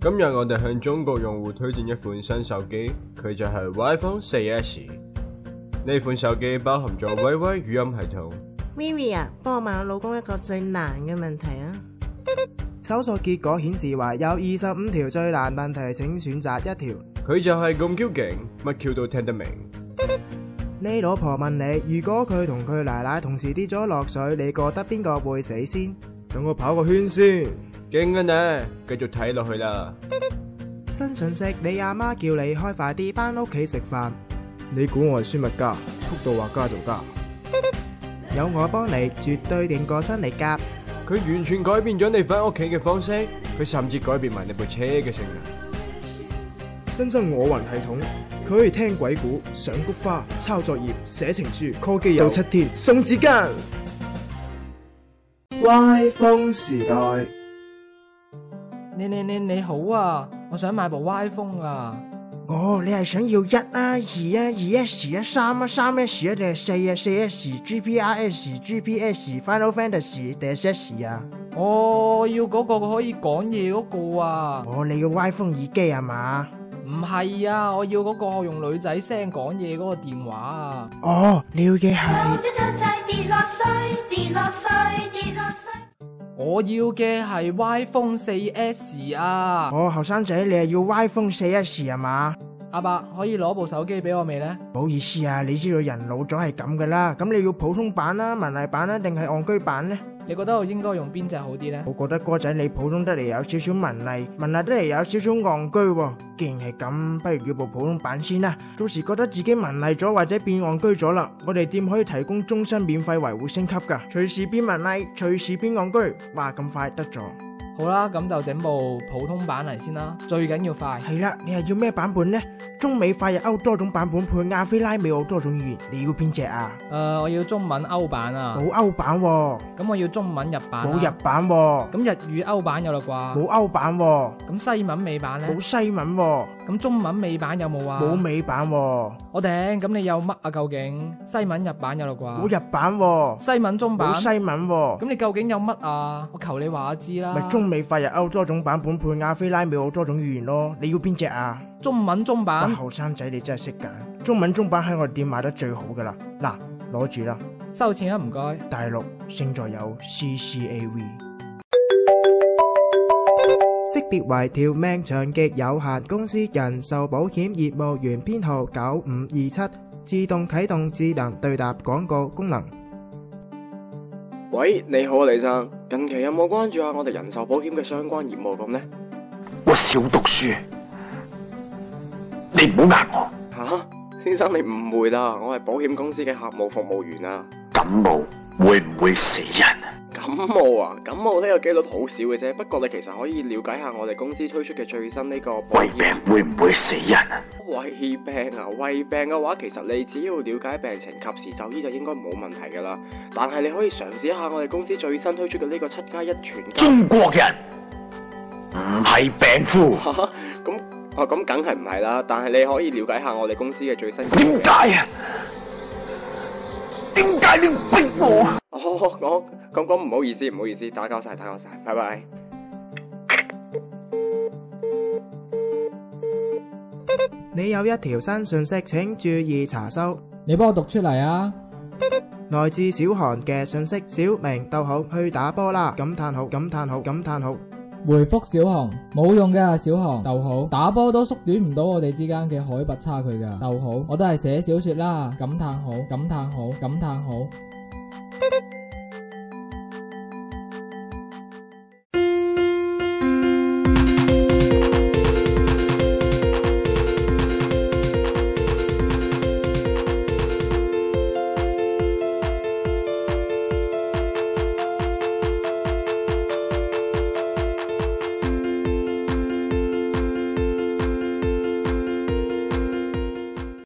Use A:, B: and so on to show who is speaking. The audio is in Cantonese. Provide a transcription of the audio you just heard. A: 今日我哋向中國用戶推薦一款新手機，佢就係 iPhone 4S。呢款手機包含咗威威語音系統，
B: Vivi 啊，幫我問我老公一個最難嘅問題啊！
C: 搜索結果顯示話有二十五條最難問題，請選擇一條。
A: 佢就係咁 Q 勁，乜 Q 都聽得明。
C: 你老婆問你，如果佢同佢奶奶同時跌咗落水，你覺得邊個會死先？等我跑個圈先。
A: 勁啊呢，繼續睇落去啦。
C: 新信息，你阿媽叫你開快啲翻屋企食飯。你估我係孫物家，速度話加就加。有我幫你，絕對定過身嚟夾。
A: 佢完全改變咗你翻屋企嘅方式，佢甚至改變埋你部車嘅性能。
C: 新增我雲系統，佢可以聽鬼故、賞菊花、抄作業、寫情書、call 機友、七天、送紙巾。iPhone 時代。
D: 你你你你好啊！我想買部 iPhone 啊！
C: 哦，你係想要一啊、二啊、二 S 啊、三啊、三 S 啊，定係四啊、四 S、GPRS、GPS、Final Fantasy 定係 S 啊？
D: 我要嗰個可以講嘢嗰個啊！
C: 哦，你要 iPhone 耳機係嘛？
D: 唔係啊，我要嗰個用女仔聲講嘢嗰個電話啊！
C: 哦，你要嘅
E: 走
C: 係
E: 走走仔跌落水，跌落水，跌落水。
D: 我要嘅係 iPhone 四 S 啊！
C: 哦，後生仔，你係要 iPhone 四 S 係嘛？
D: 阿伯可以攞部手機俾我未呢？
C: 唔好意思啊，你知道人老咗係咁噶啦，咁你要普通版啦、文藝版啦，定係戇居版呢？
D: 你覺得我應該用邊隻好啲呢？
C: 我覺得哥仔你普通得嚟有少少文藝，文藝得嚟有少少戇居喎。既然係咁，不如要部普通版先啦。到時覺得自己文藝咗或者變戇居咗啦，我哋店可以提供終身免費維護升級㗎，隨時變文藝，隨時變戇居。哇，咁快得咗？
D: 好啦，咁就整部普通版嚟先啦，最緊要快。
C: 係啦，你係要咩版本呢？中美法日歐多種版本配亞非拉美澳多種語言，你要邊隻啊？
D: 誒、我要中文歐版啊！
C: 冇歐版喎，
D: 咁我要中文日版、啊
C: 冇日。版喎，
D: 咁日語歐版有啦啩？
C: 冇歐版喎，
D: 咁西文美版呢？
C: 冇西文喎，
D: 咁中文美版有冇啊？啊
C: 冇美版喎，
D: 我頂，咁你有乜啊？究竟西文日版有啦
C: 冇
D: 啩？
C: 日版喎，
D: 西文中
C: 冇，
D: 版
C: 西文喎。
D: 咁你究竟有乜啊？我求你話我知啦。
C: 咪中美法日歐多種版本配亞非拉美澳多種語言咯，你要邊只啊？
D: 中文中
C: 哇，
D: 版，
C: 後生仔你真係識揀，中文中版喺我哋店買得最好噶啦，嗱攞住啦，
D: 收錢啊，唔該。
C: 大陸勝在有 CCAV。識別為條命長極有限，公司人壽保險業務員編號九五二七，自動啟動智能對答廣告功能。
F: 喂，你好啊，李生，近期有冇關注下我哋人壽保險嘅相關業務咁呢？
G: 我少讀書，你唔好呃我。
F: 吓、先生你誤會啦，我係保險公司嘅客戶服務員啊。
G: 感冒會唔會死人啊？
F: 感 冒啊，感冒呢個機率好少嘅啫，不過你其實可以了解下我哋公司推出嘅最新呢個保
G: 胃
F: 險
G: 病會唔會死人啊？
F: 胃病啊，胃病嘅話，其實你只要了解病情，及時就醫就應該冇問題噶啦。但係你可以嘗試一下我哋公司最新推出嘅呢個七加一全家。
G: 中國人唔係病夫，
F: 吓咁哦，咁梗係唔係啦？但係你可以了解下我哋公司嘅最新業務
G: 點解啊？點解你逼我啊？
F: 哦，講咁講唔好意思，唔好意思，打攪晒，打攪晒，拜拜。
C: 你有一條新信息，請注意查收。
D: 你幫我讀出嚟啊！
C: 來自小韓嘅信息，小明逗號去打波啦！感嘆號感嘆號感嘆號。
D: 回覆小紅冇用嘅，小紅逗號打波都縮短唔到我哋之間嘅海拔差距噶。逗號我都係寫小說啦，感嘆號感嘆號感嘆號。